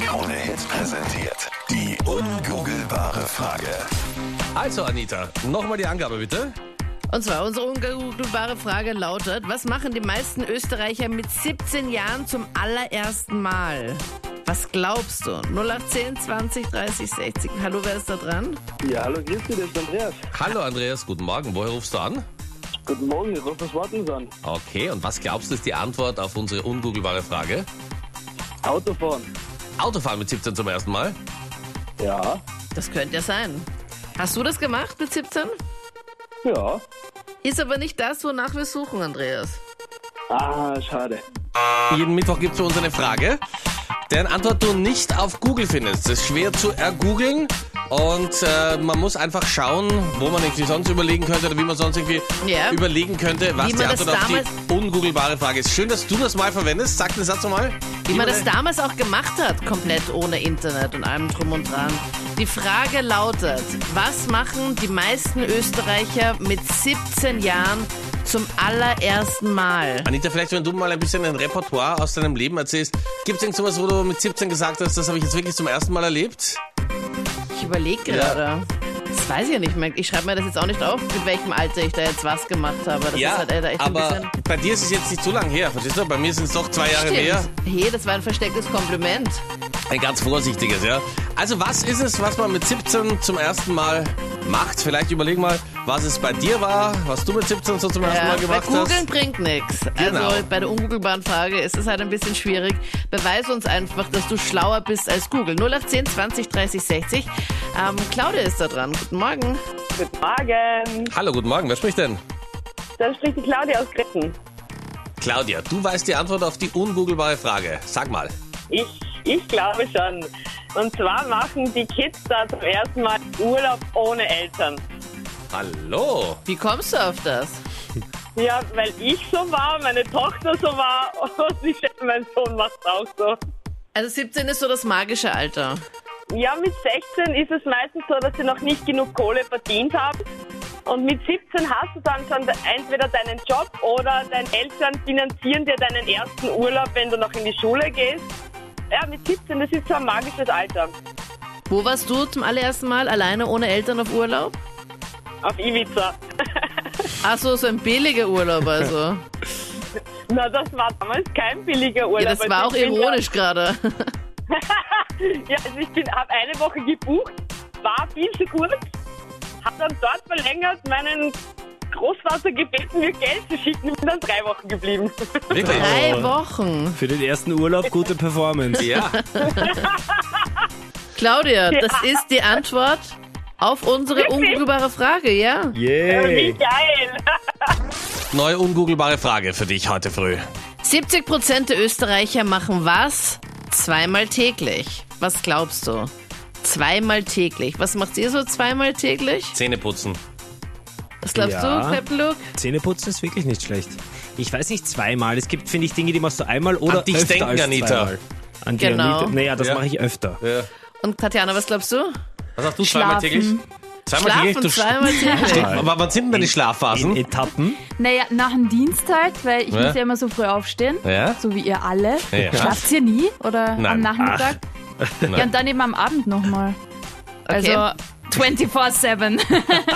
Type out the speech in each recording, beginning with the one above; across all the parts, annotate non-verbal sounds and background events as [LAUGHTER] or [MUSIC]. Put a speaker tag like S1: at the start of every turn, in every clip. S1: Krone Hits präsentiert. Die ungoogelbare Frage.
S2: Also, Anita, nochmal die Angabe bitte.
S3: Und zwar unsere ungoogelbare Frage lautet, was machen die meisten Österreicher mit 17 Jahren zum allerersten Mal? Was glaubst du? 0810 20 30 60. Hallo, wer ist da dran?
S4: Ja, hallo, grüß dich, das ist Andreas.
S2: Hallo, Andreas, guten Morgen. Woher rufst du an?
S4: Guten Morgen, ich rufe das Wort uns an.
S2: Okay, und was glaubst du ist die Antwort auf unsere ungoogelbare Frage?
S4: Autofahren.
S2: Autofahren mit 17 zum ersten Mal?
S4: Ja,
S3: Das könnte ja sein. Hast du das gemacht mit 17?
S4: ja.
S3: Ist aber nicht das, wonach wir suchen, Andreas.
S4: Ah, schade.
S2: Jeden Mittwoch gibt's für uns eine Frage, deren Antwort du nicht auf Google findest. Das ist schwer zu ergoogeln und äh, man muss einfach schauen, wo man irgendwie sonst überlegen könnte oder wie man sonst irgendwie
S3: Ja.
S2: überlegen könnte, was
S3: Wie
S2: die
S3: man das
S2: Antwort auf
S3: damals-
S2: die ungoogelbare Frage ist. Schön, dass du das mal verwendest. Sag den Satz nochmal.
S3: Wie man das damals auch gemacht hat, komplett ohne Internet und allem drum und dran. Die Frage lautet, was machen die meisten Österreicher mit 17 Jahren zum allerersten Mal?
S2: Anita, vielleicht wenn du mal ein bisschen ein Repertoire aus deinem Leben erzählst. Gibt es irgendwas, wo du mit 17 gesagt hast, das habe ich jetzt wirklich zum ersten Mal erlebt?
S3: Ich überlege gerade. Das weiß ich ja nicht mehr. Ich schreibe mir das jetzt auch nicht auf, mit welchem Alter ich da jetzt was gemacht habe. Das ist halt echt ein
S2: aber
S3: bisschen...
S2: bei dir ist es jetzt nicht so lang her, verstehst du? Bei mir sind es doch zwei Jahre mehr.
S3: Stimmt. Hey, das war ein verstecktes Kompliment.
S2: Ein ganz vorsichtiges, ja. Also was ist es, was man mit 17 zum ersten Mal macht? Vielleicht überleg mal, was es bei dir war, was du mit 17 so zum ersten Mal
S3: bei
S2: gemacht
S3: Googeln
S2: hast.
S3: bringt nichts.
S2: Genau.
S3: Also bei der ungoogelbaren Frage ist es halt ein bisschen schwierig. Beweise uns einfach, dass du schlauer bist als Google. 0810 20 30 60. Ähm, Claudia ist da dran. Guten Morgen.
S5: Guten Morgen.
S2: Hallo, guten Morgen, wer spricht denn?
S5: Da spricht die Claudia aus Gretten.
S2: Claudia, du weißt die Antwort auf die ungoogelbare Frage. Sag mal.
S5: Ich, ich glaube schon. Und zwar machen die Kids da zum ersten Mal Urlaub ohne Eltern.
S2: Hallo.
S3: Wie kommst du auf das?
S5: Ja, weil ich so war, meine Tochter so war [LAUGHS] und ich denke, mein Sohn macht auch so.
S3: Also 17 ist so das magische Alter.
S5: Ja, mit 16 ist es meistens so, dass sie noch nicht genug Kohle verdient haben. Und mit 17 hast du dann schon entweder deinen Job oder deine Eltern finanzieren dir deinen ersten Urlaub, wenn du noch in die Schule gehst. Ja, mit 17, das ist so ein magisches Alter.
S3: Wo warst du zum allerersten Mal alleine ohne Eltern auf Urlaub?
S5: Auf Ibiza.
S3: Ach so, so ein billiger Urlaub also.
S5: Na, das war damals kein billiger Urlaub.
S3: Ja, das war auch
S5: Also ich bin
S3: ironisch gerade.
S5: Ja, ja also ich bin, habe eine Woche gebucht, war viel zu kurz, habe dann dort verlängert, meinen Großvater gebeten, mir Geld zu schicken, bin dann drei Wochen geblieben. [LAUGHS]
S2: Wirklich?
S3: Drei Wochen.
S6: Für den ersten Urlaub gute Performance.
S2: Ja.
S3: Claudia,
S5: Ja.
S3: das ist die Antwort auf unsere
S5: Wirklich?
S3: ungoogelbare Frage, ja?
S5: Wie
S6: Yay!
S5: geil!
S2: Neue ungoogelbare Frage für dich heute früh.
S3: 70 Prozent der Österreicher machen was? Zweimal täglich. Was glaubst du? Zweimal täglich. Was macht ihr so zweimal täglich?
S2: Zähne putzen.
S3: Was glaubst
S6: Ja.
S3: du, Captain Luke?
S6: Zähneputzen ist wirklich nicht schlecht. Ich weiß nicht zweimal. Es gibt, finde ich, Dinge, die machst du einmal oder
S2: An dich
S6: öfter
S2: denken,
S6: als
S2: Anita.
S6: zweimal. An die
S3: Genau.
S6: Anita. Naja, das
S2: Ja.
S6: mache ich öfter.
S3: Und Tatjana, was glaubst du?
S2: Was hast du zweimal
S7: Schlafen.
S2: täglich? Zweimal täglich?
S3: Schlafen
S2: Du sch- Äh, [LAUGHS]
S3: zweimal täglich.
S2: aber wann sind denn deine
S6: In
S2: Schlafphasen?
S6: Etappen.
S7: Naja, nach dem Dienstag, weil ich
S2: Ja.
S7: muss ja immer so früh aufstehen,
S2: Ja.
S7: so wie ihr alle.
S2: Ja.
S7: Schlaft ihr nie oder
S2: Nein.
S7: am Nachmittag? Ja, und dann eben am Abend nochmal.
S3: Okay.
S7: Also 24-7.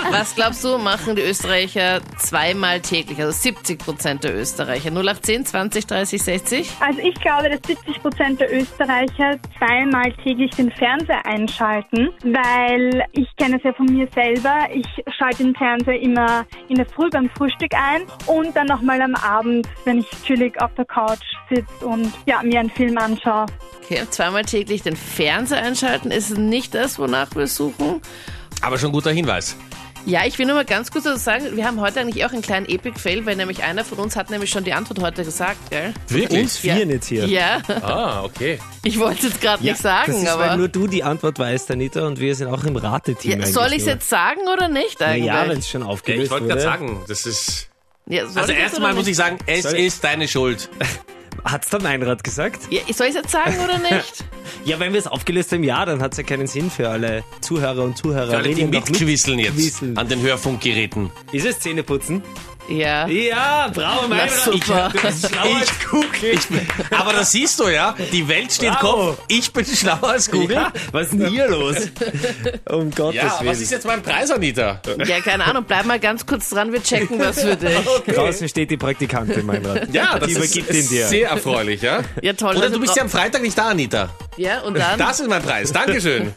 S3: Was glaubst du, machen die Österreicher zweimal täglich? Also 70 Prozent der Österreicher. 0810, 20, 30, 60?
S8: Also ich glaube, dass 70 Prozent der Österreicher zweimal täglich den Fernseher einschalten, weil ich kenne es ja von mir selber. Ich schalte den Fernseher immer in der Früh beim Frühstück ein und dann nochmal am Abend, wenn ich chillig auf der Couch sitze und ja, mir einen Film anschaue.
S3: Okay, zweimal täglich den Fernseher einschalten ist nicht das, wonach wir suchen.
S2: Aber schon ein guter Hinweis.
S3: Ja, ich will nur mal ganz kurz dazu sagen, wir haben heute eigentlich auch einen kleinen Epic-Fail, weil nämlich einer von uns hat nämlich schon die Antwort heute gesagt, gell?
S6: Uns
S2: Wirklich?
S6: vieren jetzt hier.
S3: Ja,
S2: Ah, okay.
S3: ich wollte es gerade nicht
S6: das
S3: sagen,
S6: ist, weil
S3: aber
S6: nur du die Antwort weißt, Anita, und wir sind auch im Rateteam.
S3: ja, soll ich es
S6: jetzt?
S3: jetzt sagen oder nicht eigentlich?
S6: Naja, wenn es schon
S2: Ja,
S6: aufgelöst
S2: ich wollte
S6: wurde.
S2: gerade sagen, das ist...
S3: ja, soll
S2: Also
S3: ich jetzt oder
S2: erstmal muss ich
S3: nicht?
S2: sagen, es
S6: Soll ich-
S2: ist deine Schuld.
S6: Hat's dann Einrad gesagt?
S3: Ja, soll ich es jetzt sagen oder
S2: [LAUGHS]
S3: nicht?
S6: Ja, wenn wir es aufgelöst haben, ja, dann hat's ja keinen Sinn für alle Zuhörer und
S2: Für alle, die
S6: Zuhörerinnen. noch
S2: mitquisseln jetzt [LAUGHS]
S6: mitquisseln.
S2: an den Hörfunkgeräten.
S6: Ist es Zähneputzen?
S3: Ja.
S6: Ja, bravo, mein
S3: Na, super.
S6: Du bist schlauer als Google.
S2: Aber das siehst du ja, die Welt steht
S6: Bravo.
S2: Kopf, ich bin schlauer als Google.
S6: Ja, was ist denn hier los? [LAUGHS] Um Gottes
S2: Ja, was ist
S6: Willen.
S2: jetzt mein Preis, Anita?
S3: Ja, keine Ahnung, bleib mal ganz kurz dran, wir checken was für dich.
S6: Draußen steht die Praktikantin, mein Rat.
S2: Ja, das
S6: Die übergibt
S2: ist
S6: ihn dir.
S2: sehr erfreulich, ja?
S3: Ja, toll.
S2: Oder
S3: also
S2: du bist
S3: bra-
S2: ja am Freitag nicht da, Anita.
S3: Ja, und dann?
S2: Das ist mein Preis. Dankeschön.